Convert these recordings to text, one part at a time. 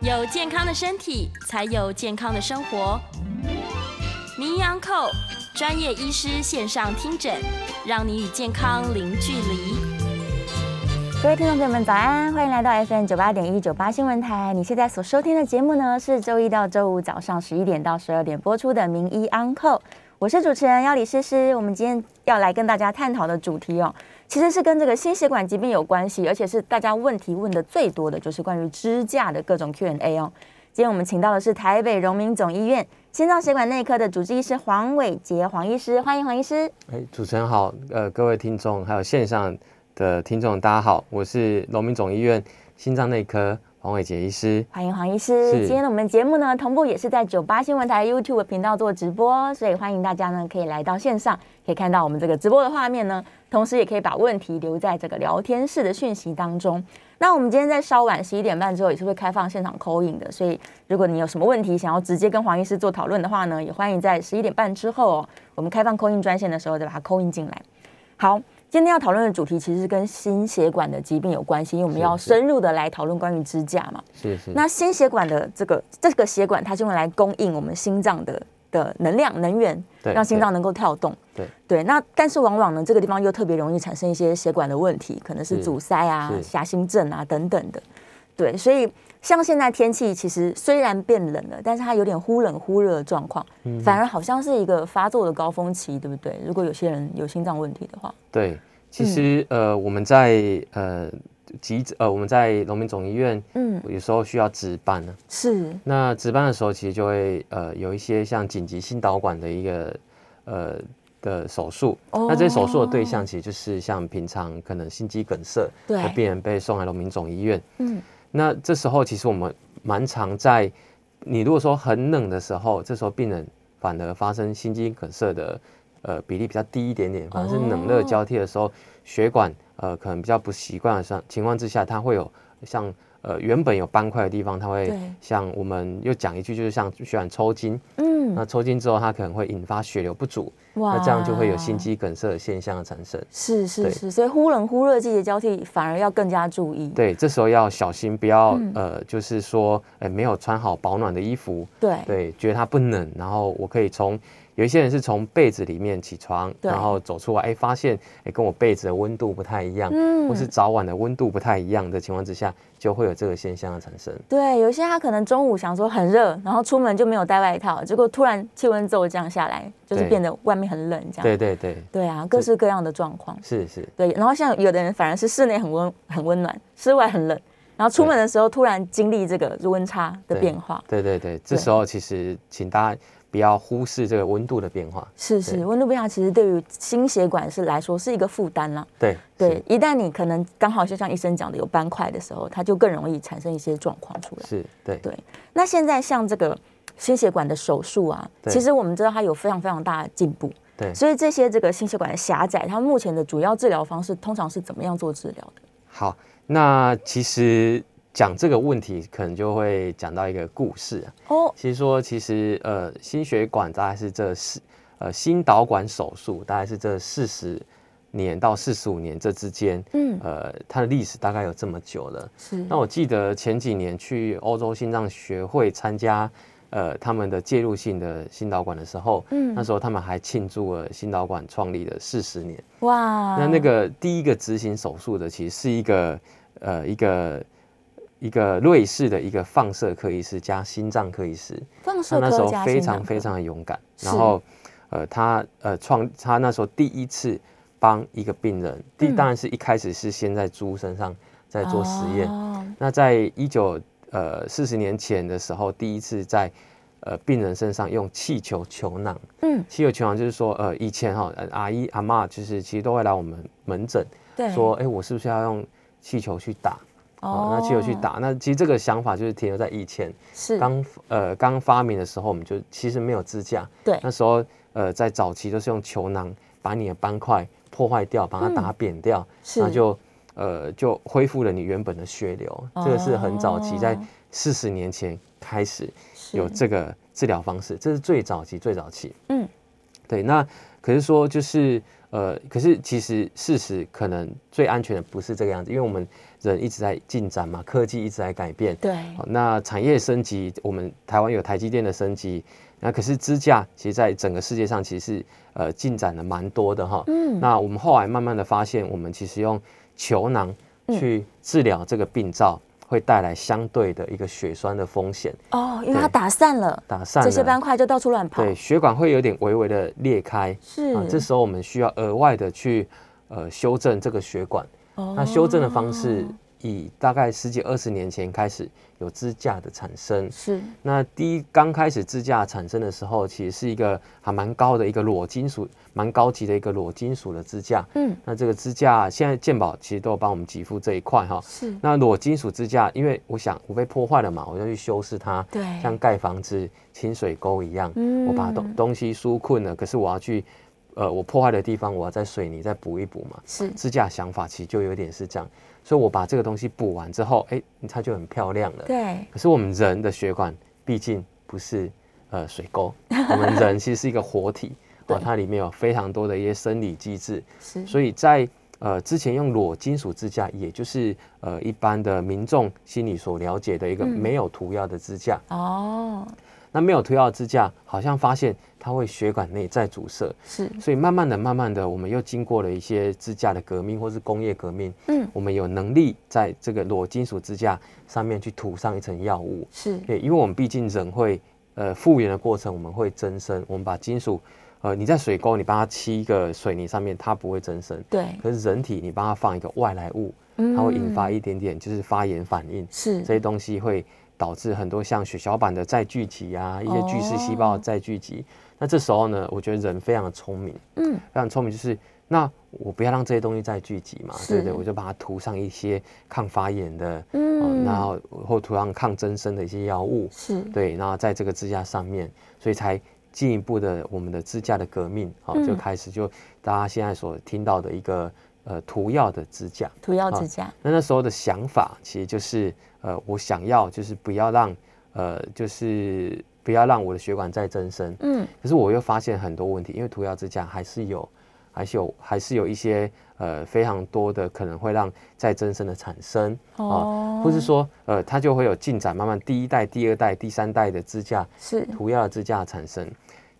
有健康的身体，才有健康的生活。名医 Uncle 专业医师线上听诊，让你与健康零距离。各位听众朋友们，早安！欢迎来到 FM 九八点一九八新闻台。你现在所收听的节目呢，是周一到周五早上十一点到十二点播出的《名医 Uncle》，我是主持人要李诗诗。我们今天要来跟大家探讨的主题哦，其实是跟这个心血管疾病有关系，而且是大家问题问的最多的，就是关于支架的各种 Q&A 哦。今天我们请到的是台北荣民总医院心脏血管内科的主治医师黄伟杰黄医师，欢迎黄医师。哎，主持人好，呃，各位听众还有线上的听众，大家好，我是农民总医院心脏内科黄伟杰医师。欢迎黄医师。是今天的我们节目呢，同步也是在九八新闻台 YouTube 频道做直播，所以欢迎大家呢可以来到线上，可以看到我们这个直播的画面呢，同时也可以把问题留在这个聊天室的讯息当中。那我们今天在稍晚十一点半之后也是会开放现场 call in 的，所以如果你有什么问题想要直接跟黄医师做讨论的话呢，也欢迎在十一点半之后哦，我们开放 call in 专线的时候再把它 call in 进来。好，今天要讨论的主题其实是跟心血管的疾病有关系，因为我们是要是深入的来讨论关于支架嘛。是是，那心血管的这个这个血管，它是用来供应我们心脏的的能量能源，对让心脏能够跳动。对对，那但是往往呢，这个地方又特别容易产生一些血管的问题，可能是是阻塞啊、是狭心症啊等等的。对，所以像现在天气其实虽然变冷了，但是它有点忽冷忽热的状况，嗯反而好像是一个发作的高峰期，对不对？如果有些人有心脏问题的话，对，其实、呃，我们在呃急诊呃我们在农民总医院嗯，有时候需要值班呢、是那值班的时候，其实就会呃有一些像紧急心导管的一个呃的手术。哦那这些手术的对象其实就是像平常可能心肌梗塞对的病人被送来农民总医院。嗯，那这时候其实我们蛮常在你如果说很冷的时候，这时候病人反而发生心肌梗塞的呃比例比较低一点点，反而是冷热交替的时候，血管呃可能比较不习惯的上情况之下，它会有像呃原本有斑块的地方，它会对像呃我们又讲一句，就是像血管呃抽筋，嗯，那抽筋之后它可能会引发血流不足，哇那这样就会有心肌梗塞的现象的产生。是是对是，所以忽冷忽热季节交替反而要更加注意。对，这时候要小心，不要、嗯呃，就是说，呃，没有穿好保暖的衣服，对对，觉得它不冷，然后我可以从有一些人是从被子里面起床，对然后走出来，哎，发现哎跟我被子的温度不太一样，嗯或是早晚的温度不太一样的情况之下，就会有这个现象的产生。对，有些他可能中午想说很热，然后出门就没有带外套，结果突然气温骤降下来，就是对变得外面很冷这样。对对对，对啊，各式各样的状况。是是，对，然后像有的人反而是室内很温很温暖，室外很冷，然后出门的时候突然经历这个温差的对变化。对对对，这对时候其实请大家不要忽视这个温度的变化。是是，对温度变化其实对于心血管是来说是一个负担啦。对对，一旦你可能刚好就像医生讲的有斑块的时候，它就更容易产生一些状况出来。是，是对对，那现在像这个心血管的手术啊，对其实我们知道它有非常非常大的进步，对。所以这些这个心血管的狭窄，它目前的主要治疗方式通常是怎么样做治疗的？好，那其实讲这个问题，可能就会讲到一个故事、啊。哦，其实说，其实呃，心血管大概是这四呃心导管手术，大概是这四十年到四十五年这之间，嗯，呃，它的历史大概有这么久了。是那我记得前几年去欧洲心脏学会参加呃他们的介入性的心导管的时候，嗯那时候他们还庆祝了心导管创立的四十年。哇，那那个第一个执行手术的，其实是一个呃一个一个瑞士的一个放射科医师加心脏科医师，放他射那时科候加非心脏常科非常的勇敢，是然后呃他呃创他那时候第一次帮一个病人，第嗯当然是一开始是先在猪身上在做实验，哦那在一九呃四十年前的时候，第一次在呃病人身上用气球球囊。嗯，气球球囊就是说，呃，以前哈、呃阿姨阿嬷就是其实都会来我们门诊对，说，哎、我是不是要用气球去打？哦那气球去打，那其实这个想法就是停留在以前哦是刚呃刚发明的时候，我们就其实没有支架，对那时候呃在早期都是用球囊把你的斑块破坏掉，把它打扁掉，嗯是那就呃就恢复了你原本的血流。这个是很早期，在哦四十年前开始是有这个治疗方式，这是最早期最早期。嗯，对。那可是说就是呃，可是其实事实可能最安全的不是这个样子，因为我们人一直在进展嘛，科技一直在改变。对，好那产业升级，我们台湾有台积电的升级，那可是支架其实在整个世界上其实是呃进展的蛮多的哈。嗯那我们后来慢慢的发现，我们其实用球囊嗯去治疗这个病灶，会带来相对的一个血栓的风险，哦，因为它对打散了，打散这些了斑块就到处乱跑，对血管会有点微微的裂开。是啊，，这时候我们需要额外的去呃修正这个血管。那修正的方式哦以大概十几二十年前开始有支架的产生。是那第一刚开始支架产生的时候，其实是一个还蛮高的一个裸金属，蛮高级的一个裸金属的支架。嗯那这个支架现在健保其实都有帮我们给付这一块哈。是，那裸金属支架，因为我想我被破坏了嘛，我就去修饰它，对像盖房子、清水沟一样，嗯我把东东西纾困了，可是我要去，呃，我破坏的地方，我要在水泥再补一补嘛。是支架想法其实就有点是这样，所以我把这个东西补完之后，哎、它就很漂亮了。对，可是我们人的血管毕竟不是呃水沟，我们人其实是一个活体， 对哦，它里面有非常多的一些生理机制，是，所以在呃之前用裸金属支架，也就是呃一般的民众心里所了解的嗯一个没有涂药的支架。哦，那没有涂药的支架，好像发现它会血管内在阻塞，是所以慢慢的、慢慢的，我们又经过了一些支架的革命，或是工业革命，嗯我们有能力在这个裸金属支架上面去涂上一层药物。是，对，因为我们毕竟人会，呃，复原的过程我们会增生，我们把金属，呃，你在水沟你帮它漆一个水泥上面，它不会增生，对，可是人体你帮它放一个外来物，嗯它会引发一点点就是发炎反应，是这些东西会导致很多像血小板的再聚集啊，一些巨噬细哦胞的再聚集。那这时候呢，我觉得人非常的聪明，嗯非常聪明就是那我不要让这些东西再聚集嘛，是对不对？我就把它涂上一些抗发炎的，嗯哦，然后或涂上抗增生的一些药物，是对，然后在这个支架上面，所以才进一步的我们的支架的革命，好、嗯就开始就大家现在所听到的一个呃涂药的支架。涂药啊指甲，那那时候的想法其实就是，呃，我想要就是不要让，呃，就是不要让我的血管再增生。嗯可是我又发现很多问题，因为涂药支架还是有，还是有，还是有一些呃非常多的可能会让再增生的产生啊，哦或是说呃它就会有进展，慢慢第一代、第二代、第三代的支架是涂鸦的支架产生。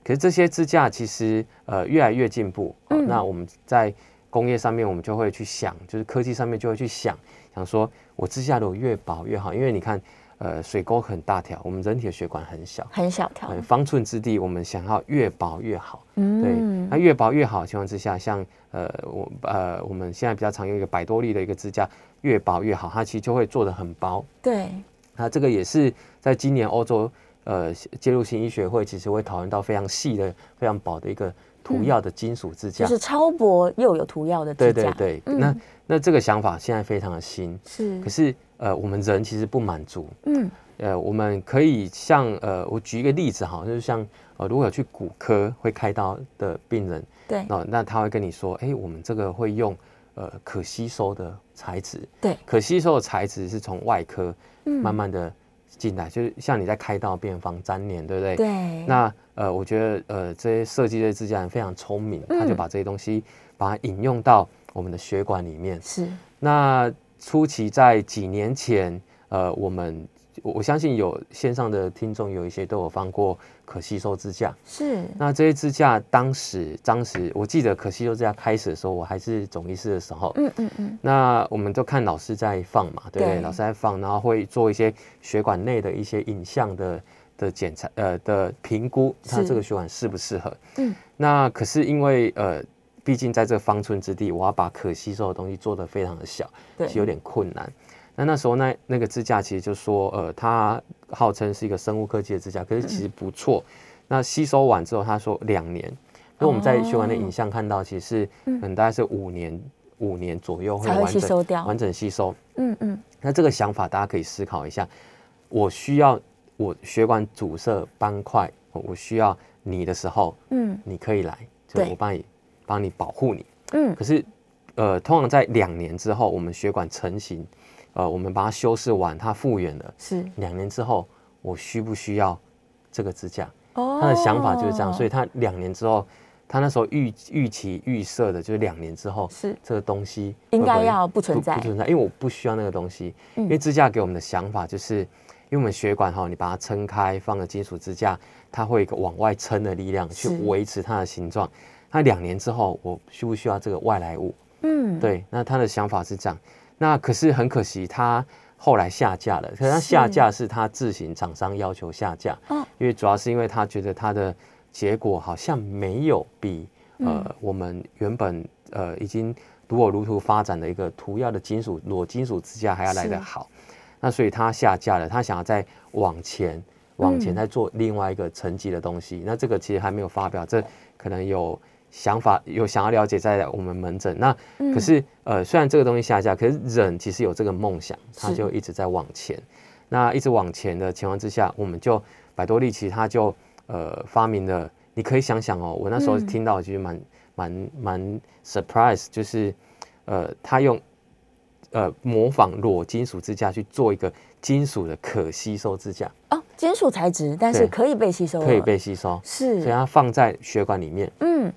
可是这些支架其实呃越来越进步、哦嗯那我们在工业上面，我们就会去想，就是科技上面就会去想，想说我支架如果越薄越好，因为你看呃水沟很大条，我们人体的血管很小，很小条呃，方寸之地，我们想要越薄越好。对，嗯那越薄越好的情况之下，像呃我呃我们现在比较常用一个百多力的一个支架，越薄越好，它其实就会做的很薄。对那这个也是在今年欧洲呃介入型医学会，其实会讨论到非常细的、非常薄的一个涂药的金属支架。嗯就是超薄又有涂药的指对甲对，对，嗯那那这个想法现在非常的新，可是是呃我们人其实不满足，嗯呃我们可以像呃我举一个例子哈，就是像呃如果有去骨科会开刀的病人，对那那他会跟你说，哎、我们这个会用呃可吸收的材质，对可吸收的材质是从外科嗯慢慢的进来，就是像你在开刀变方粘连，对不对？。对那呃，我觉得呃，这些设计这些支架人非常聪明，他嗯就把这些东西把它引用到我们的血管里面。是那初期在几年前，呃，我们我我相信有线上的听众有一些都有放过可吸收支架。是那这些支架当时当时我记得可吸收支架开始的时候，我还是总医师的时候，嗯嗯嗯那我们就看老师在放嘛，对不对？对老师在放，然后会做一些血管内的一些影像的的检查，呃的评估，它是这个血管适不适合。嗯那可是因为呃，毕竟在这方寸之地，我要把可吸收的东西做得非常的小，对其实有点困难。那那时候那那个支架其实就说，呃，它号称是一个生物科技的支架，可是其实不错。那吸收完之后，他说两年，所以我们在血管的影像看到，其实是可能大概是五年、五年左右哦嗯会才会完吸收整掉完整吸收。嗯嗯那这个想法大家可以思考一下，我需要我血管阻塞斑块，我需要你的时候，嗯你可以来，就是对我帮你帮你保护你。嗯可是，呃，通常在两年之后，我们血管成型，呃，我们把它修饰完，它复原了。是两年之后，我需不需要这个支架？哦他的想法就是这样，所以他两年之后，他那时候预预期预设的就是两年之后是这个东西应会不会该要不存在嗯不存在，因为我不需要那个东西，因为支架给我们的想法就是，因为我们血管哈，你把它撑开，放了金属支架，它会有一个往外撑的力量去是维持它的形状。那两年之后，我需不需要这个外来物？嗯，对，那他的想法是这样。那可是很可惜，他后来下架了。可是他下是架是他自行厂商要求下架，哦因为主要是因为他觉得他的结果好像没有比呃、嗯我们原本呃已经如火如荼发展的一个涂药的金属裸金属支架还要来是得好。那所以他下架了，他想要再往前往嗯前再做另外一个层级的东西。那这个其实还没有发表，这可能有想法有想要了解在我们门诊。那嗯可是、呃，虽然这个东西下架，可是人其实有这个梦想，他是就一直在往前。那一直往前的情况之下，我们就百多利奇他就呃发明了，你可以想想哦，我那时候嗯听到其实蛮蛮蛮 surprise，就是呃他用呃模仿裸金属支架去做一个金属的可吸收支架，哦，金属材质，但是对可以被吸收了，可以被吸收，所哦以是，它放在血管里面。嗯，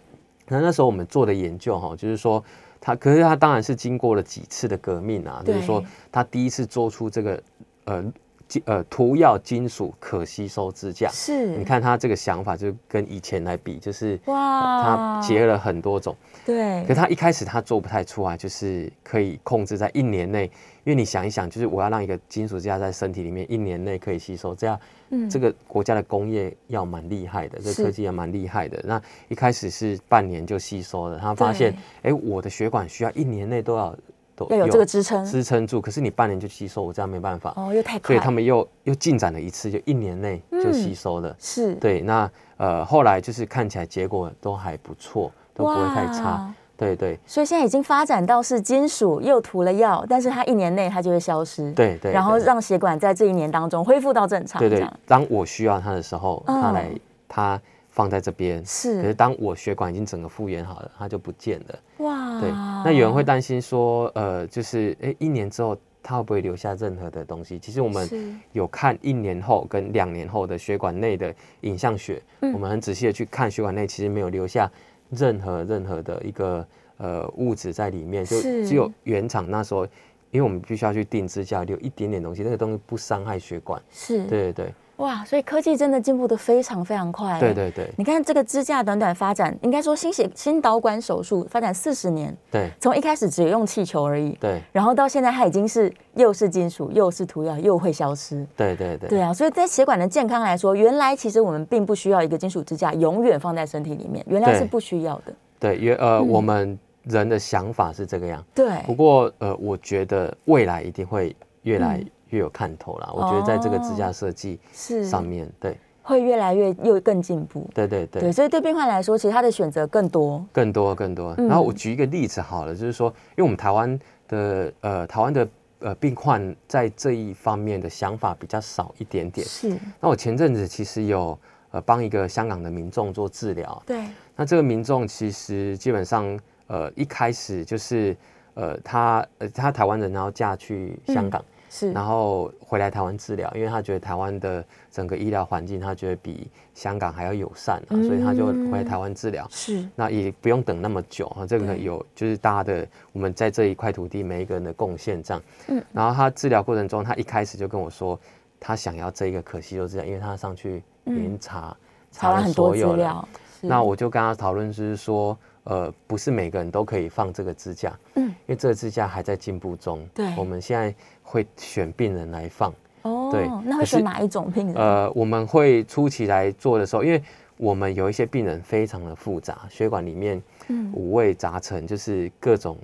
那那时候我们做的研究哈，就是说它，可是它当然是经过了几次的革命啊，就对是说它第一次做出这个呃金呃涂药金属可吸收支架。是，你看它这个想法，就跟以前来比，就是哇它结了很多种。对可，它一开始它做不太出来，就是可以控制在一年内，因为你想一想，就是我要让一个金属支架在身体里面一年内可以吸收，这样嗯这个国家的工业要蛮厉害的，这是科技也蛮厉害的。那一开始是半年就吸收了，他发现，哎、我的血管需要一年内都要都要有这个支撑，支撑住，可是你半年就吸收，我这样没办法。哦，又太所快，以他们又又进展了一次，就一年内就吸收了。嗯是，对，那呃后来就是看起来结果都还不错，都不会太差。哇。对对所以现在已经发展到是金属又涂了药，但是它一年内它就会消失，对对，然后对让血管在这一年当中恢复到正常，对这对样，当我需要它的时候，它嗯来它放在这边。可是是当我血管已经整个复原好了，它就不见了。哇，对，那有人会担心说，呃，就是诶，一年之后它会不会留下任何的东西？其实我们是有看一年后跟两年后的血管内的影像学，我们很仔细的去看血管内，其实没有留下任何任何的一个呃物质在里面，就是只有原厂那时候，因为我们必须要去定支架，留一点点东西，那个东西不伤害血管。是，对对对哇，所以科技真的进步的非常非常快，欸对。对对你看这个支架短短发展，应该说心血心导管手术发展四十年，对从一开始只用气球而已，对然后到现在它已经是又是金属又是涂药又会消失。对对对对啊，所以在血管的健康来说，原来其实我们并不需要一个金属支架永远放在身体里面，原来对是不需要的。对，也呃，我们人的想法是这个样。对，不过呃，我觉得未来一定会越来嗯哦越有看头啦。我觉得在这个支架设计是上面，对会越来越又更进步。对对对，对，所以对病患来说，其实他的选择更多。更多更多。嗯然后我举一个例子好了，就是说，因为我们台湾的呃，台湾的呃病患在这一方面的想法比较少一点点。是，那我前阵子其实有呃帮一个香港的民众做治疗，对，那这个民众其实基本上，呃，一开始就是，呃，他呃他台湾人，然后嫁去嗯香港，是，然后回来台湾治疗，因为他觉得台湾的整个医疗环境，他觉得比香港还要友善啊，嗯所以他就回来台湾治疗。是，那也不用等那么久啊，这个对有就是大家的我们在这一块土地每一个人的贡献这样。嗯然后他治疗过程中，他一开始就跟我说，他想要这个可惜就这样，因为他上去连查、嗯查了很多所资有的。料。是那我就跟他讨论，就是说，呃，不是每个人都可以放这个支架，嗯因为这个支架还在进步中。对我们现在会选病人来放。哦，对那会可是选哪一种病人？呃，我们会初期来做的时候，因为我们有一些病人非常的复杂，血管里面嗯五味杂陈，就是各种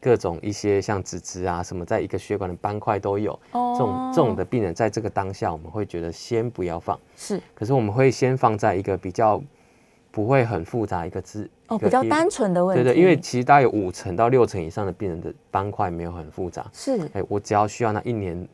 各种一些像脂质啊什么，在一个血管的斑块都有。哦这种这种的病人，在这个当下，我们会觉得先不要放。是可是我们会先放在一个比较不会很复杂一个支哦，一个比较一单纯的问题。对对，因为其实大概有五成到六成以上的病人的斑块没有很复杂，是哎，我只要需要那一年，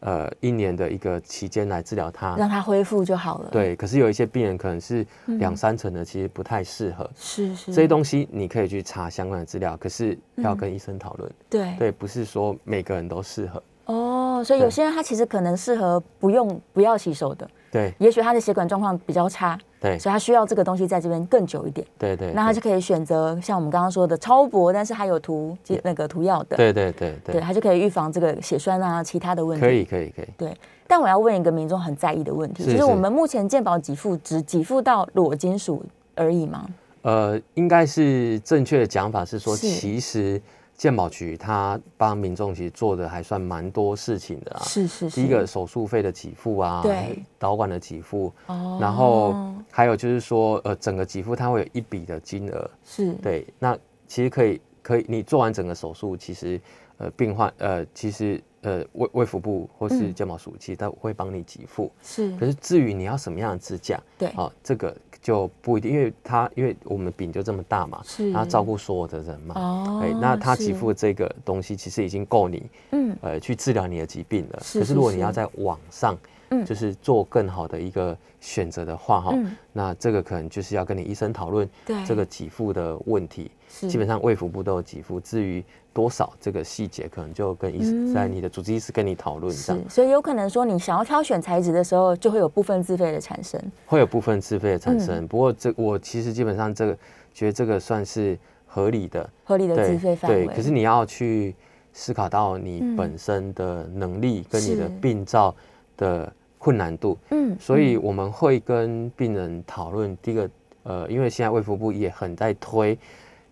呃，一年的一个期间来治疗它。让它恢复就好了。，对，可是有一些病人可能是嗯两三成的，其实不太适合。是是，这些东西你可以去查相关的资料，可是要跟医生讨论。嗯对对，不是说每个人都适合。哦，所以有些人他其实可能适合不用不要洗手的，对也许他的血管状况比较差，对所以它需要这个东西在这边更久一点。对对，那它对就可以选择像我们刚刚说的超薄，但是它有涂剂那个涂药的，对对对对，它就可以预防这个血栓啊其他的问题。可以可以可以，对，但我要问一个民众很在意的问题，是就是是我们目前健保给付只给付到裸金属而已吗？呃，应该是正确的讲法是说，是其实健保局它帮民众其实做的还算蛮多事情的啊。是是是，第一个手术费的给付啊，对，导管的给付，哦然后还有就是说，呃，整个给付它会有一笔的金额，是对，那其实可以可以，你做完整个手术，其实呃，病患呃，其实呃，卫卫福部或是嗯健保署，其实它会帮你给付。是可是至于你要什么样的支架，对啊，这个就不一定，因为它因为我们饼就这么大嘛，是它照顾所有的人嘛。哦哎，那它是给付这个东西，其实已经够你嗯呃去治疗你的疾病了。是可是是如果是你要在网上，嗯就是做更好的一个选择的话，哈、嗯那这个可能就是要跟你医生讨论对这个给付的问题。是基本上卫福部都有给付，至于多少这个细节，可能就跟医嗯师在你的主治医师跟你讨论这样，是，所以有可能说你想要挑选材质的时候，就会有部分自费的产生。会有部分自费的产嗯生。不过这我其实基本上这个觉得这个算是合理的，合理的自费范围。对，可是你要去思考到你嗯本身的能力跟你的是病灶的困难度，嗯所以我们会跟病人讨论第一个，呃，因为现在卫福部也很在推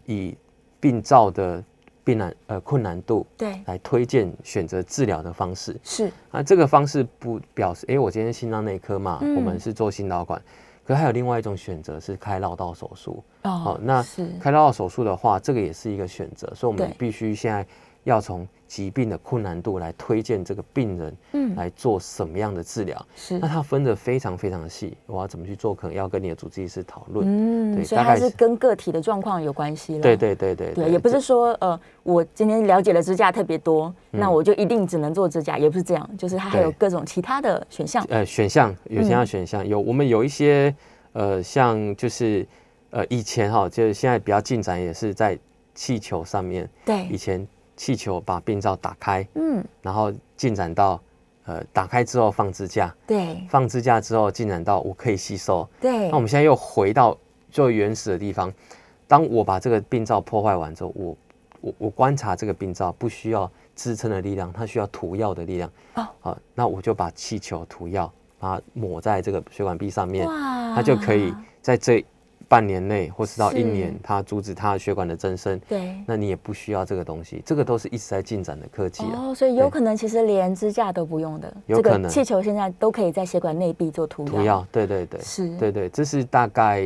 以病灶的病难呃困难度对来推荐选择治疗的方式。是啊，这个方式不表示，诶，我今天心脏内科嘛，嗯我们是做心导管，可还有另外一种选择是开绕道手术。哦好，那是开刀手术的话，这个也是一个选择，所以我们对必须现在要从疾病的困难度来推荐这个病人嗯来做什么样的治疗。 是那它分得非常非常的细，我要怎么去做，可能要跟你的主治医师讨论。嗯，对所以大它概是是跟个体的状况有关系了。对对对对对，也不是说呃，我今天了解了支架特别多，那我就一定只能做支架，也不是这样，就是它还有嗯对各种其他的选项。呃选项，有嗯些要选项，有我们有一些呃像就是呃以前哈，就是现在比较进展也是在气球上面，以对，前气球把病灶打开，嗯，然后进展到呃打开之后放支架。对放支架之后，进展到我可以吸收。对那我，们现在又回到最原始的地方。当我把这个病灶破坏完之后，我我我观察这个病灶不需要支撑的力量，它需要涂药的力量。哦好，那我就把气球涂药，把它抹在这个血管壁上面，哇它就可以在这半年内或是到是一年，它阻止它的血管的增生。对。那你也不需要这个东西，这个都是一直在进展的科技啊。哦，所以有对可能其实连支架都不用的，有这可个能气球现在都可以在血管内壁做涂涂药，对对对。是，对对，这是大概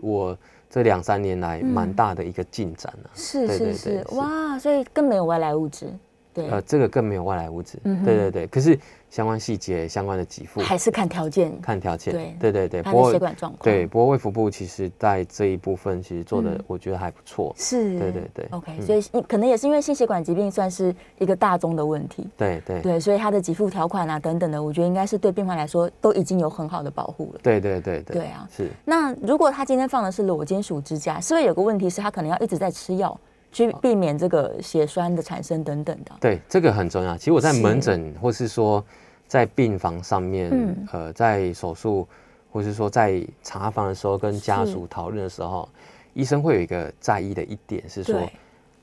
我这两三年嗯来蛮大的一个进展啊了、是对是对是，对哇，所以更没有外来物质，对，呃，这个更没有外来物质。嗯哼对对对，可是相关细节、相关的给付还是看条件，看条件。对对对对，它不的血过管状况，对，，不过卫福部其实在这一部分其实做的嗯，我觉得还不错。是，对对对，OK，、嗯所以你可能也是因为心血管疾病算是一个大宗的问题，对对对，所以它的给付条款啊等等的，我觉得应该是对病患来说都已经有很好的保护了。对对对对啊是那如果他今天放的是裸金属支架，是不是有个问题是他可能要一直在吃药，去避免这个血栓的产生等等的？对，这个很重要。其实我在是门诊或是说在病房上面，嗯呃，在手术或是说在查房的时候，跟家是属讨论的时候，医生会有一个在意的一点是说对，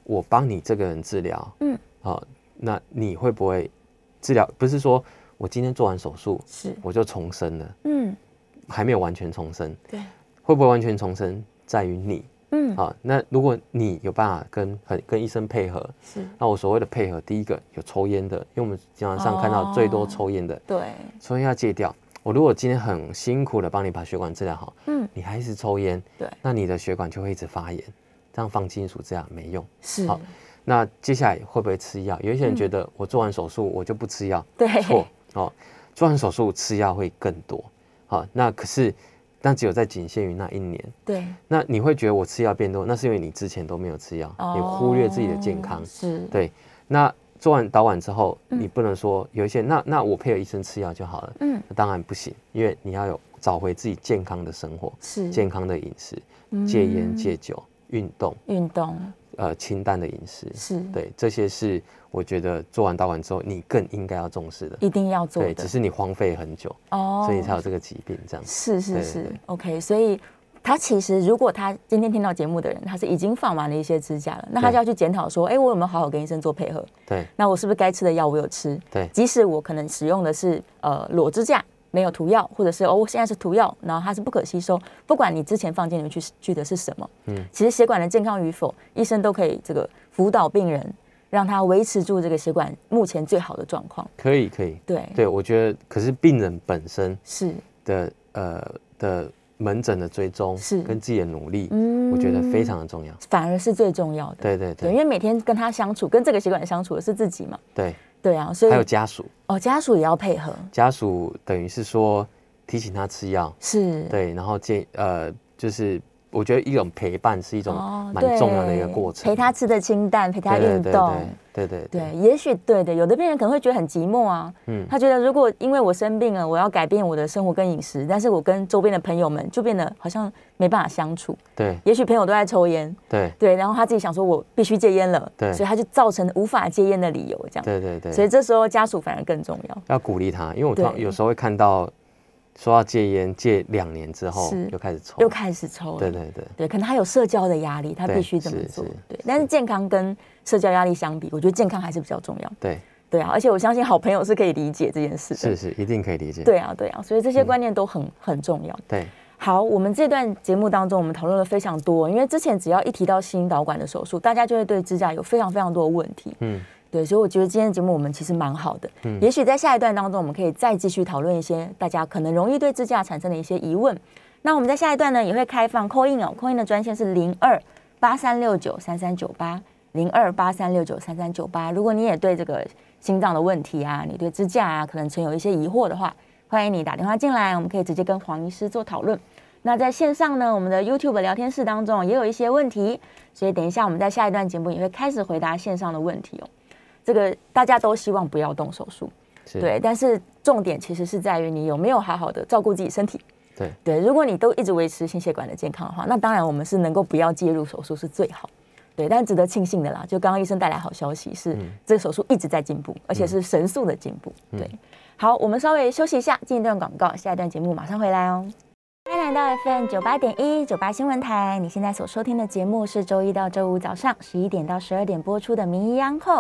我帮你这个人治疗，嗯，好、那你会不会治疗？不是说我今天做完手术是，我就重生了，嗯，还没有完全重生，对，会不会完全重生在于你。嗯，好、那如果你有办法跟很跟医生配合，是，那我所谓的配合，第一个有抽烟的，因为我们经常哦上看到最多抽烟的，对，抽烟要戒掉。我如果今天很辛苦的帮你把血管治疗好，嗯，你还是抽烟，对那你的血管就会一直发炎，这样放金属这样没用。是，好那接下来会不会吃药？有一些人觉嗯得我做完手术我就不吃药，对，错 哦，做完手术吃药会更多。好、那可是那只有在仅限于那一年。对，那你会觉得我吃药变多，那是因为你之前都没有吃药，你忽略自己的健哦康。是，对，那做完导管之后，你不能说有一些那那我配合医生吃药就好了，嗯，当然不行，因为你要有找回自己健康的生活、是嗯健康的饮食，戒烟戒酒，运动、运动呃清淡的饮食，是对，这些是我觉得做完导管之后你更应该要重视的。一定要做对，的只是你荒废很久，哦所以你才有这个疾病这样子。是是对是对对 o k 所以他其实如果他今天听到节目的人，他是已经放完了一些支架了，那他对就要去检讨说，哎、我有没有好好跟医生做配合？对那我是不是该吃的药我有吃？对即使我可能使用的是呃裸支架，没有涂药，或者是哦我现在是涂药，然后它是不可吸收，不管你之前放进去去的是什么，嗯，其实血管的健康与否，医生都可以这个辅导病人，让他维持住这个血管目前最好的状况。可以可以。对，对，我觉得可是病人本身是的呃的门诊的追踪是跟自己的努力，嗯我觉得非常的重要。反而是最重要的。对对对，因对为每天跟他相处，跟这个血管相处的是自己嘛。对，对啊，所以还有家属，哦，家属也要配合，家属等于是说提醒他吃药，是，对，然后建呃就是我觉得一种陪伴是一种哦蛮重要的一个过程，陪他吃的清淡，陪他运动。对对对对，也许对的，有的病人可能会觉得很寂寞啊。嗯他觉得如果因为我生病了，我要改变我的生活跟饮食，但是我跟周边的朋友们就变得好像没办法相处。对也许朋友都在抽烟，对对，然后他自己想说我必须戒烟了，对所以他就造成无法戒烟的理由这样。对对对所以对，这时候家属反而更重要。要鼓励他，因为我通常对有时候会看到说要戒烟，戒两年之后是又开始抽，又开始抽了，对对对对，可能他有社交的压力，他对必须这么是做是。对，但是健康跟社交压力相比，我觉得健康还是比较重要。对，对啊，而且我相信好朋友是可以理解这件事的。是嗯是一定可以理解，对啊，对啊，所以这些观念都很、很重要。对好，我们这段节目当中，我们讨论了非常多，因为之前只要一提到心导管的手术，大家就会对支架有非常非常多的问题。嗯对，所以我觉得今天的节目我们其实蛮好的。嗯，也许在下一段当中，我们可以再继续讨论一些大家可能容易对支架产生的一些疑问。那我们在下一段呢，也会开放 call in 哦，call in 的专线是零二八三六九三三九八零二八三六九三三九八。如果你也对这个心脏的问题啊，你对支架啊，可能存有一些疑惑的话，欢迎你打电话进来，我们可以直接跟黄医师做讨论。那在线上呢，我们的 YouTube 聊天室当中也有一些问题，所以等一下我们在下一段节目也会开始回答线上的问题哦。这个大家都希望不要动手术，是，对，但是重点其实是在于你有没有好好的照顾自己身体。对对，如果你都一直维持心血管的健康的话，那当然我们是能够不要介入手术是最好。对，但值得庆幸的啦，就刚刚医生带来好消息是，嗯这个手术一直在进步，而且是神速的进步。对，好，我们稍微休息一下，进一段广告，下一段节目马上回来哦。欢迎来到 FM 九八点一九八新闻台，你现在所收听的节目是周一到周五早上十一点到十二点播出的《名医央后》，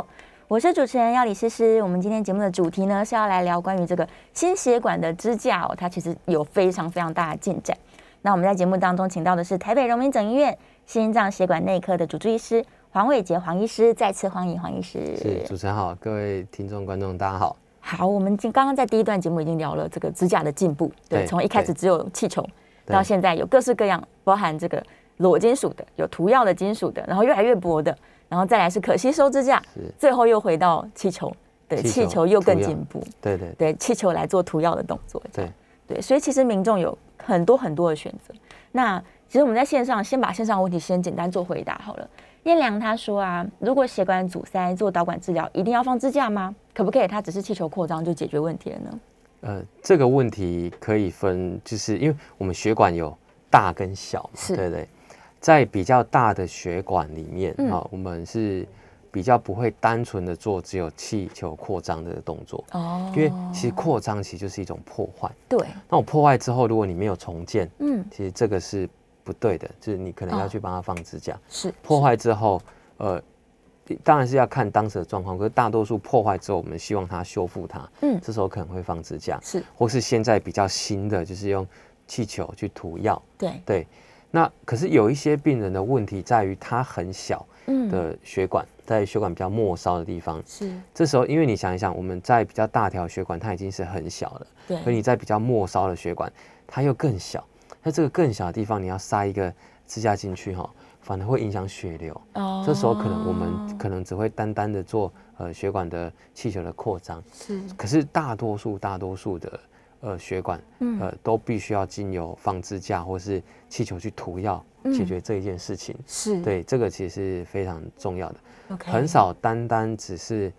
我是主持人要李诗诗。我们今天节目的主题呢是要来聊关于这个心血管的支架哦，它其实有非常非常大的进展。那我们在节目当中请到的是台北荣民整医院心脏血管内科的主治医师黄伟杰黄医师，再次欢迎黄医师。是主持人好，各位听众观众大家好，好，我们今刚刚在第一段节目已经聊了这个支架的进步，对，对从一开始只有气球，对到现在有各式各样，包含这个裸金属的，有涂药的金属的，然后越来越薄的，然后再来是可吸收支架是，最后又回到气球，对，气球气球又更涂药进步，对对对，气球来做涂药的动作，对对，所以其实民众有很多很多的选择。那其实我们在线上先把线上问题先简单做回答好了。燕良他说啊，如果血管阻塞做导管治疗，一定要放支架吗？可不可以？它只是气球扩张就解决问题了呢？呃，这个问题可以分，就是因为我们血管有大跟小嘛，是对不对，在比较大的血管里面啊、嗯我们是比较不会单纯的做只有气球扩张的动作，哦因为其实扩张其实就是一种破坏。对，那我破坏之后，如果你没有重建，嗯，其实这个是不对的，就是你可能哦要去帮他放支架。是破坏之后，呃，当然是要看当时的状况，可是大多数破坏之后，我们希望它修复它，嗯这时候可能会放支架。是，或是现在比较新的，就是用气球去涂药。对，对，那可是有一些病人的问题在于他很小嗯，的血管，在血管比较末梢的地方。是，这时候，因为你想一想，我们在比较大条血管它已经是很小了，可对，你在比较末梢的血管它又更小，那这个更小的地方你要塞一个支架进去哈、反而会影响血流。哦这时候可能我们可能只会单单的做呃血管的气球的扩张，是可是大多数大多数的呃血管，嗯呃都必须要经由放支架或是气球去涂药嗯解决这一件事情。是，对，这个其实是非常重要的， ，OK，很少单单只是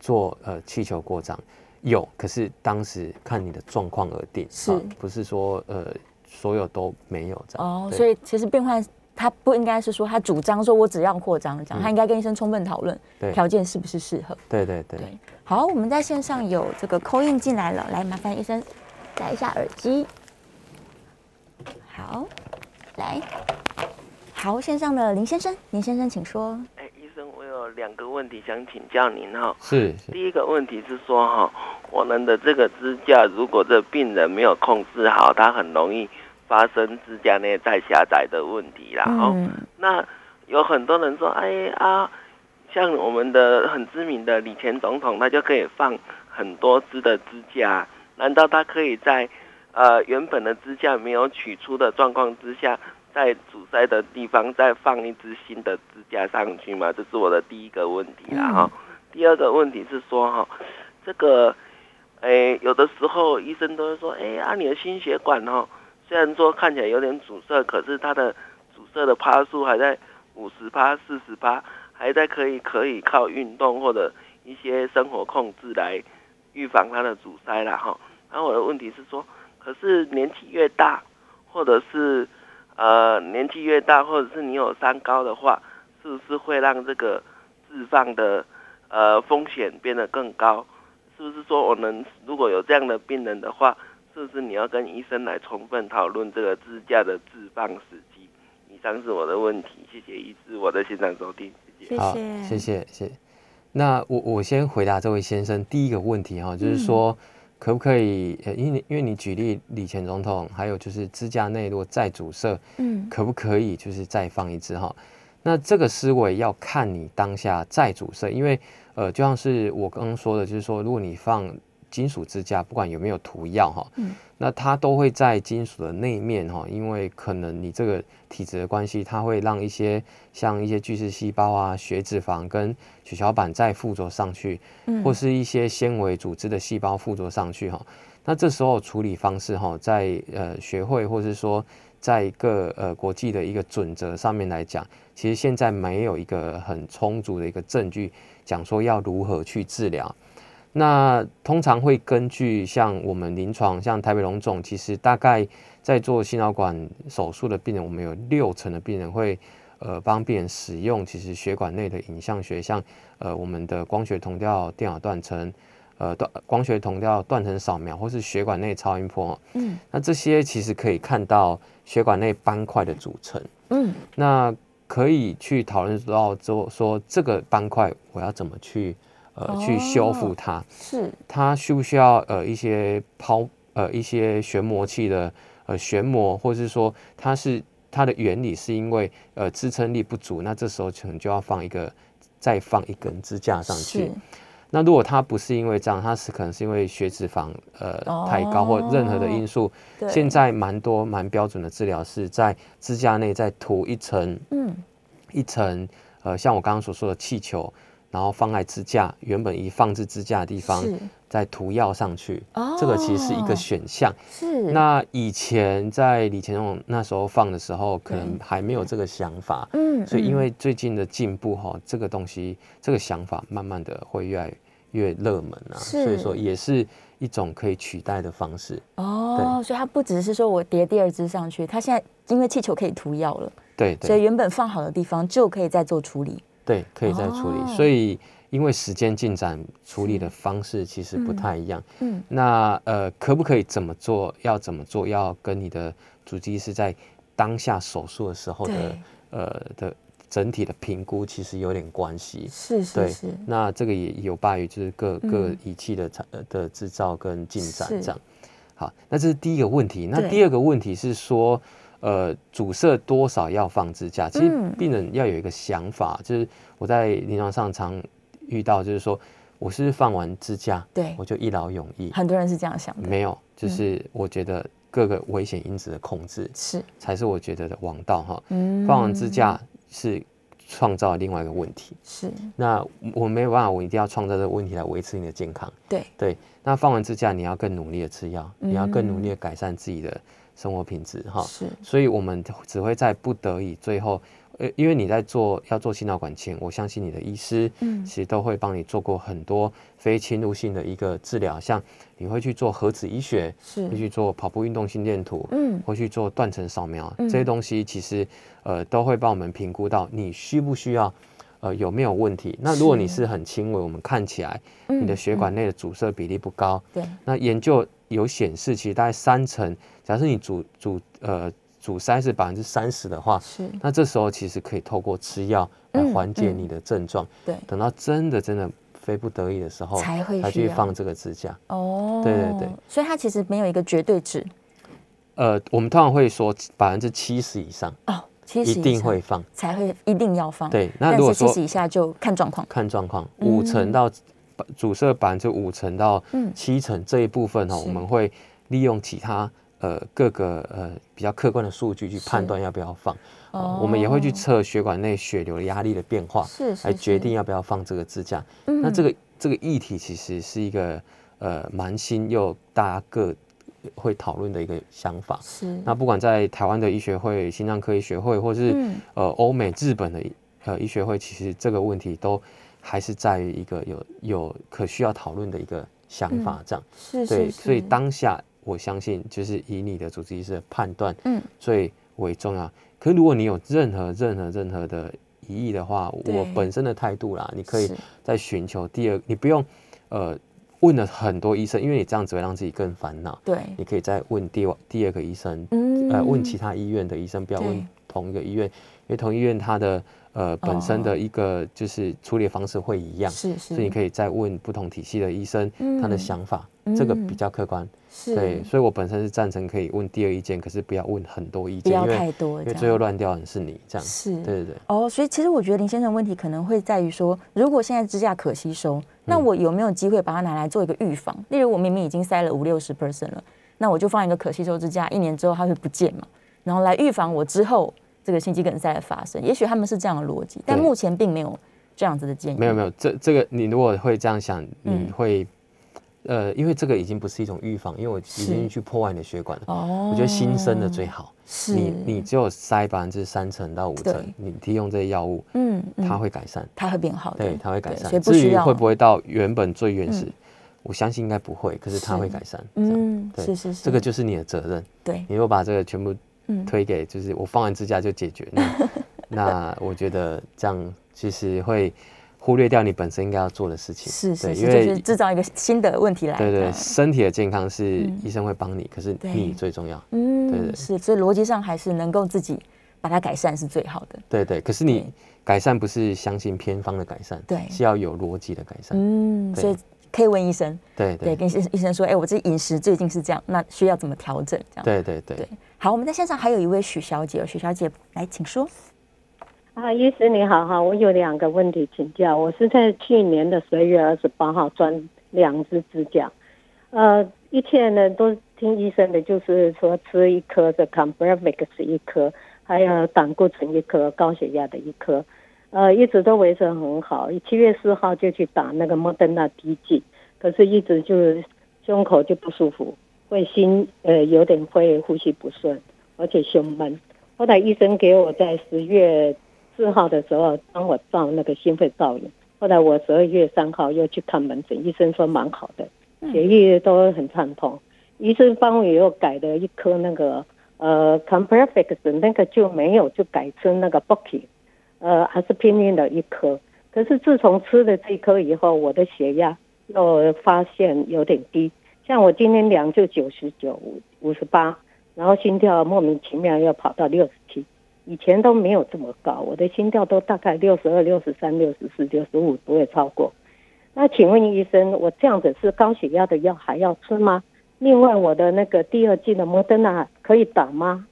做呃气球扩张，有，可是当时看你的状况而定，是不是说呃所有都没有这样？哦，对所以其实病患。他不应该是说他主张说我只要扩张这样，他应该跟医生充分讨论嗯对条件是不是适合。对对对，对，好，我们在线上有这个扣印进来了，来麻烦医生戴一下耳机。好，来，好，线上的林先生，林先生请说。哎，医生，我有两个问题想请教您哈。是是第一个问题是说哈，我们的这个支架，如果这病人没有控制好，他很容易发生支架内太狭窄的问题啦。哦、嗯，那有很多人说，哎啊，像我们的很知名的李前总统，他就可以放很多支的支架，难道他可以在呃原本的支架没有取出的状况之下，在阻塞的地方再放一支新的支架上去吗？这是我的第一个问题啦嗯哈、第二个问题是说哈，这个。哎，有的时候医生都会说，哎啊，你的心血管哦，虽然说看起来有点阻塞，可是它的阻塞的趴数还在五十趴、四十趴，还在可以可以靠运动或者一些生活控制来预防它的阻塞啦哈。然后我的问题是说，可是年纪越大，或者是呃年纪越大，或者是你有三高的话，是不是会让这个置放的呃风险变得更高？是不是说我们如果有这样的病人的话，是不是你要跟医生来充分讨论这个支架的置放时机？以上是我的问题，谢谢医师，我的现场收听，谢谢。谢好，谢谢谢谢。那我我先回答这位先生第一个问题哈、就是说可不可以？呃，因为你因为你举例李前总统，还有就是支架内如果再阻塞，嗯，可不可以就是再放一支哈？那这个思维要看你当下再阻塞，因为呃，就像是我刚刚说的，就是说，如果你放金属支架，不管有没有涂药哈，嗯那它都会在金属的内面哈，因为可能你这个体质的关系，它会让一些像一些巨噬细胞啊、血脂肪跟血小板再附着上去，嗯或是一些纤维组织的细胞附着上去哈。那这时候处理方式哈，在呃学会或是说在一个呃国际的一个准则上面来讲，其实现在没有一个很充足的一个证据讲说要如何去治疗。那通常会根据像我们临床，像台北龙总，其实大概在做心脑管手术的病人，我们有六成的病人会呃帮病人使用其实血管内的影像学，像呃我们的光学同调电脑断层，呃断光学同调断层扫描，或是血管内超音波。嗯那这些其实可以看到血管内斑块的组成。嗯那可以去讨论到说说这个斑块我要怎么去哦呃去修复它。是它需不需要呃一些抛呃一些旋磨器的呃旋磨，或是说它是它的原理是因为呃支撑力不足，那这时候可能就要放一个再放一根支架上去是。那如果它不是因为这样，它是可能是因为血脂肪呃哦太高或任何的因素。对现在蛮多蛮标准的治疗是在支架内再涂一层嗯一层呃像我刚刚所说的气球，然后放在支架原本已放置支架的地方，是再涂药上去。哦这个其实是一个选项。是那以前在李乾隆那时候放的时候，可能对还没有这个想法，嗯所以因嗯为最近的进步哈、这个东西这个想法慢慢的会越来越热门啊，是所以说也是一种可以取代的方式。哦，所以它不只是说我叠第二支上去，它现在因为气球可以涂药了，对所以对原本放好的地方就可以再做处理。对，可以再处理。哦所以因为时间进展，处理的方式其实不太一样。嗯那呃，可不可以怎么做？要怎么做？要跟你的主治医师在当下手术的时候的对呃的整体的评估，其实有点关系。是对是是，那这个也有败于就是各各嗯仪器的产呃的制造跟进展是这样。好，那这是第一个问题。那对第二个问题是说，呃，阻塞多少要放支架？其实嗯病人要有一个想法，就是我在临床上常遇到，就是说我是不是放完支架，对嗯我就一劳永逸。很多人是这样想的。没有，就是我觉得各个危险因子的控制是，才是我觉得的王道哈。嗯放完支架是创造另外一个问题，是那我没有办法，我一定要创造这个问题来维持你的健康。对，对，那放完支架，你要更努力的吃药，你要更努嗯力的改善自己的生活品质哈。是所以我们只会在不得已最后呃，因为你在做要做心脑管前，我相信你的医师，嗯其实都会帮你做过很多非侵入性的一个治疗，像你会去做核子医学，是会去做跑步运动心电图，嗯会去做断层扫描，嗯这些东西其实呃都会帮我们评估到你需不需要，呃有没有问题。那如果你是很轻微，我们看起来嗯你的血管内的阻塞比例不高，对那研究有显示，其实大概三成，假设你阻阻呃阻塞是百分之三十的话，是那这时候其实可以透过吃药来嗯缓解嗯你的症状。对等到真的真的非不得已的时候，才会需去要放这个支架。哦，对对对，所以它其实没有一个绝对值呃，我们通常会说百分之七十以上哦，七一十定会放，才会一定要放，对那但如是果七说十以下就看状况，看状况，五成到阻塞百分之五成到嗯七成这一部分哦，是我们会利用其他呃各个呃比较客观的数据去判是断要不要放。哦我们也会去测血管内血流的压力的变化，是是嗯来决是定要不要放这个支架。那这个这个议题其实是一个呃蛮新又大家各会讨论的一个想法。是那不管在台湾的医学会、心脏科医学会，或是、嗯呃欧美、日本的呃医学会，其实这个问题都还是在于一个有有可需要讨论的一个想法这样。嗯是对，是所以是当下我相信就是以你的主治医师的判断，嗯最为重要。可是如果你有任何任何任何的疑义的话，我对本身的态度啦，你可以是再寻求第二，你不用呃问了很多医生，因为你这样只会让自己更烦恼。对你可以再问第二第二个医生，嗯呃，问其他医院的医生，不要对哦问同一个医院，因为同一医院它的呃本身的一个就是处理方式会一样，嗯是是，所以你可以再问不同体系的医生，他的嗯想法，这个比嗯较客观。是对，所以我本身是赞成可以问第二意见，可是不要问很多意不见，要因为太多因这为样最后乱掉的是你这样。是对对对，哦，所以其实我觉得林先生的问题可能会在于说，如果现在支架可吸收，那嗯我有没有机会把它拿来做一个预防？例如我明明已经塞了五六十 percent 了，那我就放一个可吸收支架，一年之后它会不见嘛，然后来预防我之后这个心肌梗塞的发生。也许他们是这样的逻辑，但对目前并没有这样子的建议。没有没有，这这个你如果会这样想，嗯你会。呃，因为这个已经不是一种预防，因为我已是经去破坏你的血管了。哦，我觉得新生的最好。是你你只有塞百分之三成到五成对，你提用这些药物，嗯嗯它会改善，它会变好的，对，它会改所以善。不至需于要会不会到原本最原始嗯，我相信应该不会，可是它是会改善。这样嗯对是是是这个就是你的责任。对你如果把这个全部嗯推给，就是我放完支架就解决， 那那我觉得这样其实会忽略掉你本身应该要做的事情。是对是因是，就为是制造一个新的问题来对这对，样身体的健康是嗯医生会帮你，可是对你最重要。对嗯，对是，所以逻辑上还是能够自己把它改善是最好的。对对，可是对你改善不是相信偏方的改善，对是要有逻辑的改善。嗯，对所以可以问医生，对对，对跟医生医生说，哎、我这饮食最近是这样，那需要怎么调整？这样。对对对对。好，我们在线上还有一位许小姐哦，许小姐来，请说。啊，医师你好哈，我有两个问题请教。我是在去年的十一月二十八号装两只支架，呃，一切呢都听医生的，就是说吃一颗的 c o m b r a v i x 一颗，还有胆固醇一颗，高血压的一颗，呃，一直都维持得很好。七月四号就去打那个莫德纳滴剂，可是一直就是胸口就不舒服，会心呃有点会呼吸不顺，而且胸闷。后来医生给我在十月四号的时候帮我照那个心肺造影，后来我十二月三号又去看门诊，医生说蛮好的，血液都很畅通。医生帮我又改了一颗那个呃 c o m p r e f i x 那个就没有，就改成那个 b o k i 呃还是拼命的一颗。可是自从吃了这一颗以后，我的血压又发现有点低，像我今天量就九十九五五十八，然后心跳莫名其妙要跑到六十七，以前都没有这么高，我的心跳都大概六十二、六十三、六十四、六十五不会超过。那请问医生，我这样子是高血压的药还要吃吗？另外，我的那个第二剂的摩登纳可以打吗？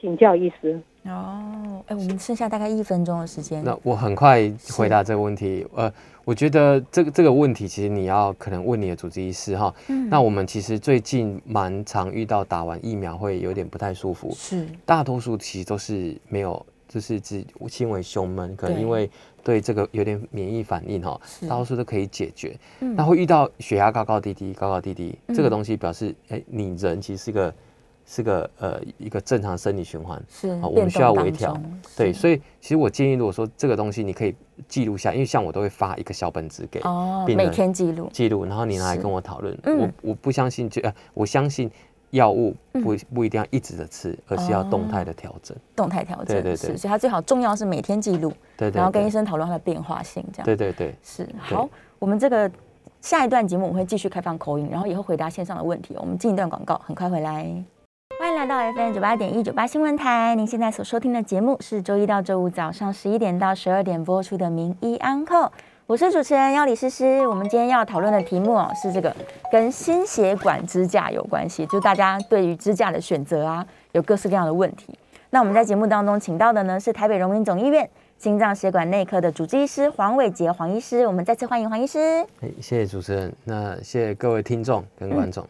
请教医师。哦，哎、我们剩下大概一分钟的时间。那我很快回答这个问题。呃，我觉得这个这个问题，其实你要可能问你的主治医师哈。嗯那我们其实最近蛮常遇到打完疫苗会有点不太舒服，是大多数其实都是没有，就是只轻微胸闷，可能对因为对这个有点免疫反应哈，是大多数都可以解决。那会遇到血压高高低低，高高低低，这个嗯东西表示，哎，你人其实是一个是个呃一个正常生理循环。是啊，我变们需要动微当调中。对，是所以其实我建议，如果说这个东西你可以记录下，因为像我都会发一个小本子给哦，病每人天记录记录，然后你拿来是跟我讨论。嗯我我不相信就呃，我相信药物不嗯不一定要一直的吃，而是要动态的调整。动态调整，对对对是，所以它最好重要是每天记录，对对然后跟对医生讨论它的变化性，这样对对对，是好。我们这个下一段节目我们会继续开放口音，然后也会回答线上的问题。我们进一段广告，很快回来。欢迎来到 FM 九八点一九八新闻台，您现在所收听的节目是周一到周五早上十一点到十二点播出的《名医安扣》，我是主持人要李诗诗。我们今天要讨论的题目哦，是这个跟心血管支架有关系，就大家对于支架的选择啊，有各式各样的问题。那我们在节目当中请到的呢是台北荣民总医院心脏血管内科的主治医师黄伟杰黄医师，我们再次欢迎黄医师。哎谢谢主持人，那谢谢各位听众跟观众。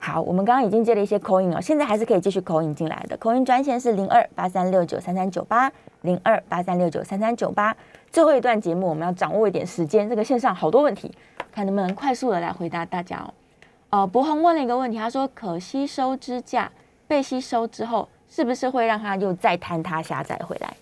好，我们刚刚已经接了一些口音哦，现在还是可以继续口音进来的。口音专线是零二八三六九三三九八零二八三六九三三九八。最后一段节目，我们要掌握一点时间，这个线上好多问题，看能不能快速的来回答大家哦。呃，博宏问了一个问题，他说可吸收支架被吸收之后，是不是会让它又再坍塌狭窄回来？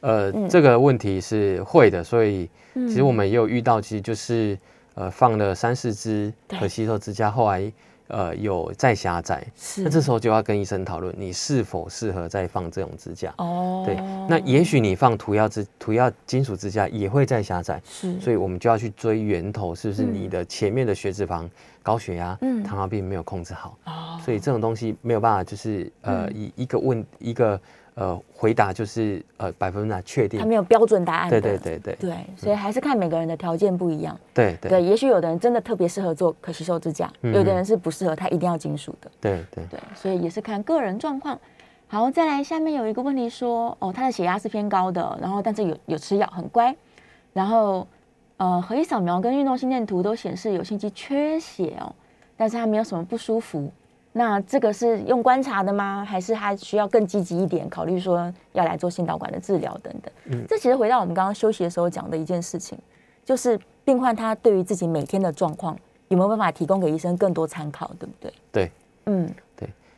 呃，嗯这个问题是会的，所以其实我们也有遇到，其实就是呃放了三四支对可吸收支架，后来呃有再狭窄，是那这时候就要跟医生讨论你是否适合再放这种支架。哦，对，那也许你放涂药支涂药金属支架也会再狭窄，是所以我们就要去追源头，是不是嗯你的前面的血脂肪、高血压、嗯糖尿病没有控制好？哦所以这种东西没有办法，就是呃，嗯以一个问一个呃回答，就是呃百分之百确定它。没有标准答案的。对对对对对，所以还是看每个人的条件不一样。嗯对对，对也许有的人真的特别适合做可吸收支架，嗯有的人是不适合，他一定要金属的。对对，对，所以也是看个人状况。好，再来下面有一个问题说，哦，他的血压是偏高的，然后但是有有吃药，很乖，然后呃，核磁扫描跟运动心电图都显示有心肌缺血哦，但是他没有什么不舒服。那这个是用观察的吗？还是他需要更积极一点，考虑说要来做心导管的治疗等等？这其实回到我们刚刚休息的时候讲的一件事情，就是病患他对于自己每天的状况有没有办法提供给医生更多参考，对不对？对，嗯，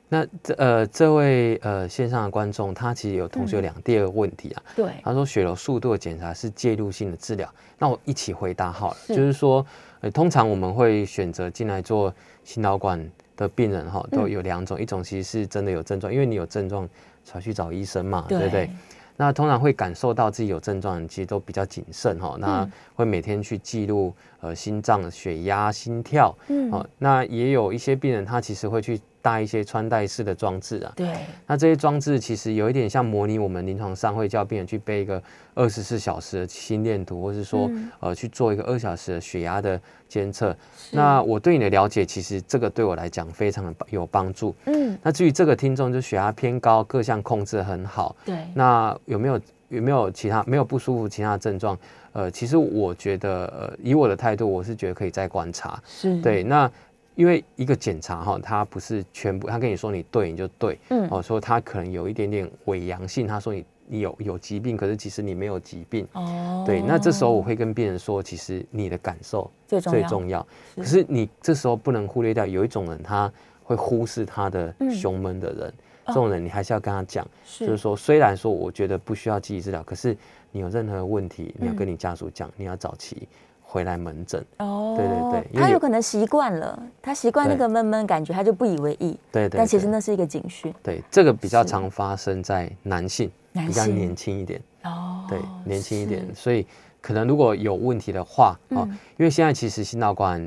那这呃这位呃线上的观众，他其实有同嗯学有两第二个问题啊，对，他说血流速度的检查是介入性的治疗，那我一起回答好了，是就是说，呃，通常我们会选择进来做心导管的病人哈，都嗯有两种，一种其实是真的有症状，因为你有症状才去找医生嘛，对对不对？那通常会感受到自己有症状，其实都比较谨慎哈，那嗯会每天去记录呃心脏、血压、心跳，嗯哦，那也有一些病人他其实会去带一些穿戴式的装置啊，对，那这些装置其实有一点像模拟我们临床上会叫病人去背一个二十四小时的心电图，或是说、嗯呃去做一个二小时的血压的监测。那我对你的了解，其实这个对我来讲非常的有帮助。嗯，那至于这个听众，就血压偏高，各项控制得很好，对，那有没有有没有其他没有不舒服其他的症状？呃，其实我觉得，呃，以我的态度，我是觉得可以再观察。是，对，那因为一个检查哈，它不是全部，他跟你说你对你就对，嗯哦，说他可能有一点点伪阳性，他说你你有有疾病，可是其实你没有疾病。哦对，那这时候我会跟病人说，其实你的感受最重最要重要。是可是你这时候不能忽略掉，有一种人他会忽视他的嗯哦胸闷的人，这种人你还是要跟他讲，是就是说虽然说我觉得不需要积极治疗，可是你有任何问题，你要嗯跟你家属讲，你要早期回来门诊。哦对对对因为他有有可能习惯了，他习惯那对个闷闷感觉，他就不以为意，对对但其实对那是一个警讯对，这个比较是常发生在男性，男比较性年轻一点，哦，对，年轻一点是，所以可能如果有问题的话，哦，嗯因为现在其实心导管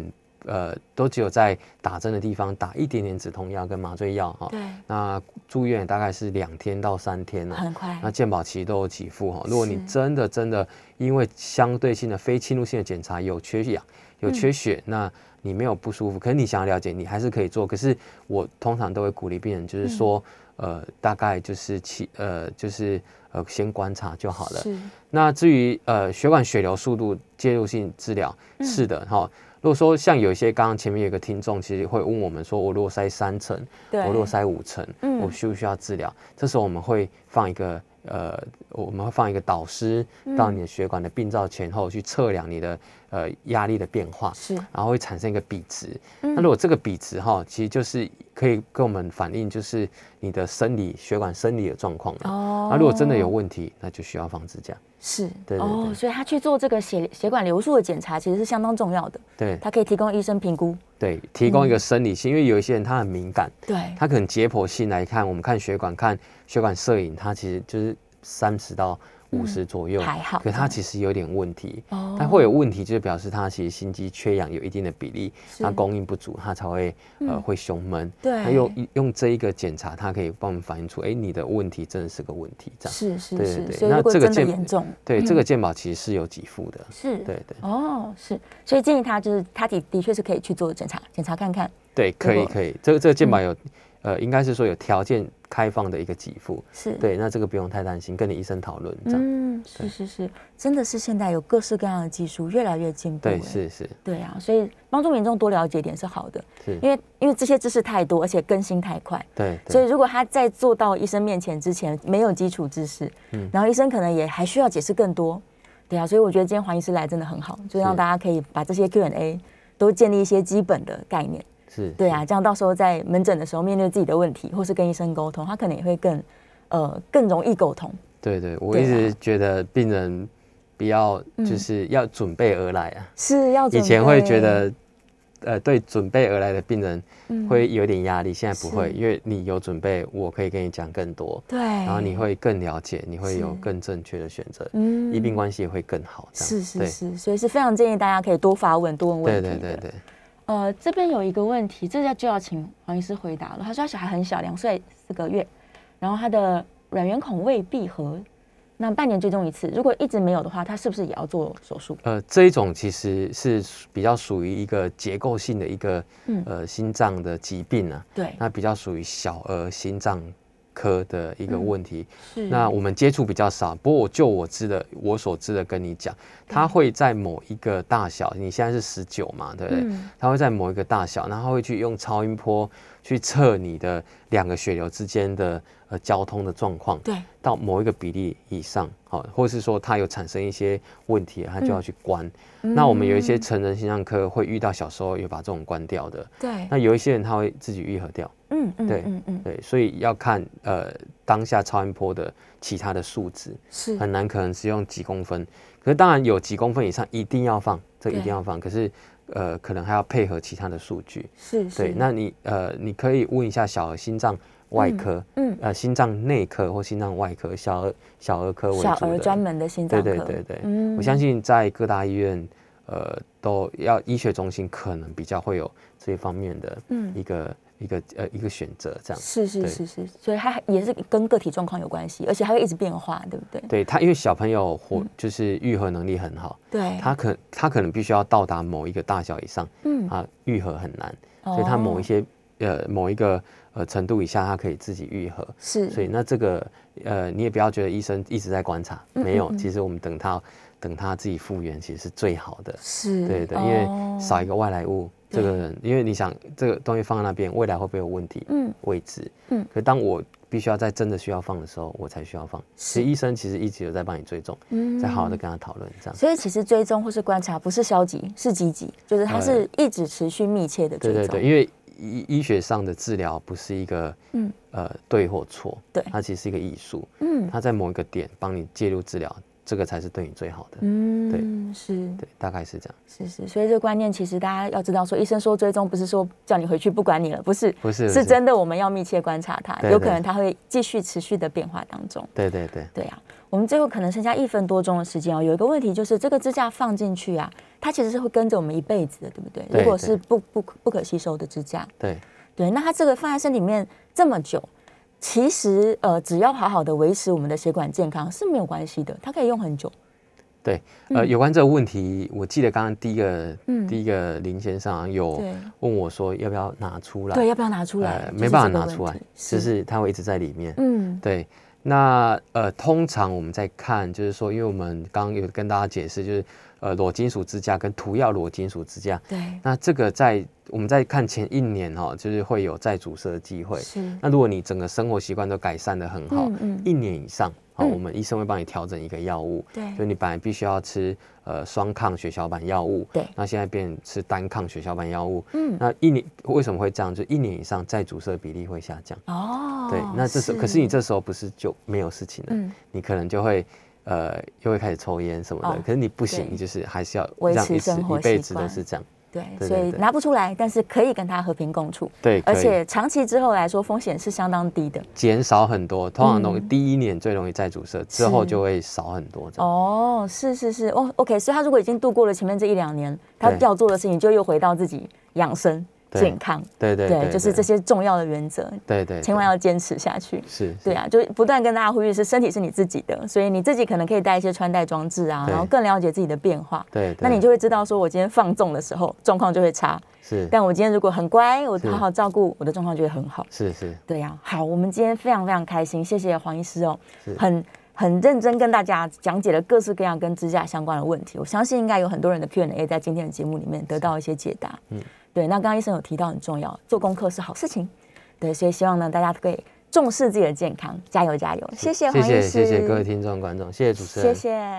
呃都只有在打针的地方打一点点止痛药跟麻醉药哈、哦，对，那住院也大概是两天到三天了、很快那，健保其实都有给付哈、哦，如果你是真的真的因为相对性的非侵入性的检查有缺氧、嗯有缺血，那你没有不舒服，可是你想要了解，你还是可以做。可是我通常都会鼓励病人，嗯就是说，呃，大概就是七呃，就是呃，先观察就好了。是那至于呃血管血流速度介入性治疗，嗯是的哈。如果说像有一些刚刚前面有一个听众，其实会问我们说，我如果塞三成，对我如果塞五成，嗯我需不需要治疗？这时候我们会放一个嗯呃，我们会放一个导师到你的血管的病灶前后去测量你的呃压力的变化，是然后会产生一个比值。嗯那如果这个比值哈，其实就是可以跟我们反映就是你的生理血管生理的状况了。哦那如果真的有问题，那就需要放支架。是对对哦，对所以他去做这个血血管流速的检查，其实是相当重要的，对它可以提供医生评估。对，提供嗯一个生理性，因为有一些人他很敏感，对，他可能解剖性来看，我们看血管、看血管摄影，它其实就是三十到五十左右，嗯还好嗯可它其实有点问题，哦它会有问题，就是表示它其实心肌缺氧有一定的比例，是嗯它供应不足，它才会呃会胸闷。对它用用这一个检查，它可以帮我们反映出，哎，你的问题真的是个问题，这样。是是对是，对对所以那如果这个真的健严重，对，这个健保其实是有给付的，是，对对哦，是，所以建议他就是他的的确是可以去做检查，检查看看。对，可以果嗯可以，这个这个健保有，呃，应该是说有条件开放的一个给付，是，，对，那这个不用太担心，跟你医生讨论这样。嗯，是是是，真的是现在有各式各样的技术，越来越进步。对，哎是是对啊，所以帮助民众多了解一点是好的，是，因为因为这些知识太多，而且更新太快。对，所对以，如果他在做到医生面前之前没有基础知识，嗯然后医生可能也还需要解释更多，对啊，所以我觉得今天黄医师来真的很好，就让是大家可以把这些 Q&A 都建立一些基本的概念，是，对啊，这样到时候在门诊的时候面对自己的问题，或是跟医生沟通，他可能也会更呃更容易沟通，对对，我对一啊直觉得病人不要就是要准备而来啊，是要以准前会备觉得。呃，对，准备而来的病人会有点压力，现在不嗯会，是因为你有准备，我可以跟你讲更多，对，然然后你会更了解，你会有是更正确的选择，嗯医病关系也会更好。这样是是，是，所以是非常建议大家可以多发问、多问问对题对对的对对，呃，这边有一个问题，这要就要请黄医师回答了。他说他小孩很小，两岁四个月，然后他的卵圆孔未闭合，那半年追踪一次。如果一直没有的话，他是不是也要做手术？呃，这一种其实是比较属于一个结构性的一个、嗯呃心脏的疾病啊，对，那比较属于小儿心脏科的一嗯个问题。是那我们接触比较少，不过我就我知的，我所知的跟你讲，它嗯会在某一个大小，你现在是十九嘛，对不对？嗯它会在某一个大小，然后会去用超音波去测你的两个血流之间的呃交通的状况，对到某一个比例以上，好、或是说它有产生一些问题，它就嗯要去关。那我们有一些成人心脏科会遇到小时候有把这种关掉的，对，那有一些人他会自己愈合掉。嗯嗯对嗯嗯，对，所以要看呃当下超音波的其他的数值，是很难可能是用几公分。可是当然有几公分以上一定要放，这对一定要放。可是呃可能还要配合其他的数据。是是，对，那你呃你可以问一下小儿心脏外科，嗯呃心脏内科或心脏外科，小儿小儿科为主小的。儿专门的心脏对科，对对对，嗯我相信在各大医院，呃，都要医学中心可能比较会有这一方面的嗯一个、一个呃一个选择这样。是是对是是，所以它也是跟个体状况有关系，而且还会一直变化，对不对？对他，因为小朋友活、就是愈合能力很好，嗯对，他可他可能必须要到达某一个大小以上，嗯啊，愈合很难，所以他某哦一些呃某一个呃程度以下，他可以自己愈合。是所以那这个呃，你也不要觉得医生一直在观察，没有，嗯嗯其实我们等他等他自己复原，其实是最好的。是，对对，因为哦少一个外来物，这个人，因为你想这个东西放在那边，未来会不会有问题？嗯，未知。嗯可当我必须要在真的需要放的时候，我才需要放。其实医生其实一直有在帮你追踪，嗯再好好的跟他讨论这样。所以其实追踪或是观察不是消极，是积极，就是它呃是一直持续密切的追对踪。对对，因为医医学上的治疗不是一个嗯呃对或错，对它其实是一个艺术，嗯它在某一个点帮你介入治疗，这个才是对你最好的。嗯，是对，大概是这样。是是，所以这个观念其实大家要知道说，医生说追踪不是说叫你回去不管你了，不是，不是不是是真的我们要密切观察它，对有可对能它会继续持续的变化当中。对对对，对啊，我们最后可能剩下一分多钟的时间哦。有一个问题就是，这个支架放进去啊，它其实是会跟着我们一辈子的，对不对？对如果对是不不不可吸收的支架，对对，那它这个放在身体里面这么久，其实呃，只要好好的维持我们的血管健康是没有关系的，它可以用很久。对，呃，有关这个问题，我记得刚刚第一个、嗯第一个林先生好像有对问我说要不要拿出来，对，要不要拿出来？呃就是没办这个法拿问出来题，就是它会一直在里面。嗯，对，那呃，通常我们在看，就是说，因为我们刚刚有跟大家解释，就是呃裸金属支架跟涂药裸金属支架。对，那这个在我们在看前一年哈、哦，就是会有再阻塞的机会。是，那如果你整个生活习惯都改善的很好，嗯嗯，一年以上，好、嗯我们医生会帮你调整一个药物，就对，你本来必须要吃呃双抗血小板药物，对那现在变吃单抗血小板药物，嗯，那一年为什么会这样？就一年以上再阻塞比例会下降，哦，对，那这时候可是你这时候不是就没有事情了，嗯，你可能就会。呃，又会开始抽烟什么的，哦可是你不对行，你就是还是要维让持一直生活一辈习子都惯是这样，对，对所以对对拿不出来，但是可以跟他和平共处，对，而可以且长期之后来说，风险是相当低的。减少很多，通常容嗯第一年最容易再阻塞，之后就会少很多这样。哦，是是是，哦，OK，所以他如果已经度过了前面这一两年，他对要做的事情就又回到自己养生、对健康，对对对，就是这，些重要的原则，对对，千万对要坚持下去。是，对是，啊，就不断跟大家呼吁是身体是你自己的，所以你自己可能可以带一些穿戴装置啊，对然后更了解自己的变化。对，那你对就会知道，说我今天放纵的时候状况就会差，是但我今天如果很乖，我是好好照顾我的状况就会很好。是是对呀、好，我们今天非常非常开心，谢谢黄医师哦是，很很认真跟大家讲解了各式各样跟支架相关的问题，我相信应该有很多人的 Q&A 在今天的节目里面得到一些解答。嗯嗯，对，那刚刚医生有提到很重要，做功课是好事情，对，所以希望呢大家可以重视自己的健康，加油加油！谢谢黄谢医谢师，谢谢各位听众观众，谢谢主持谢人，谢。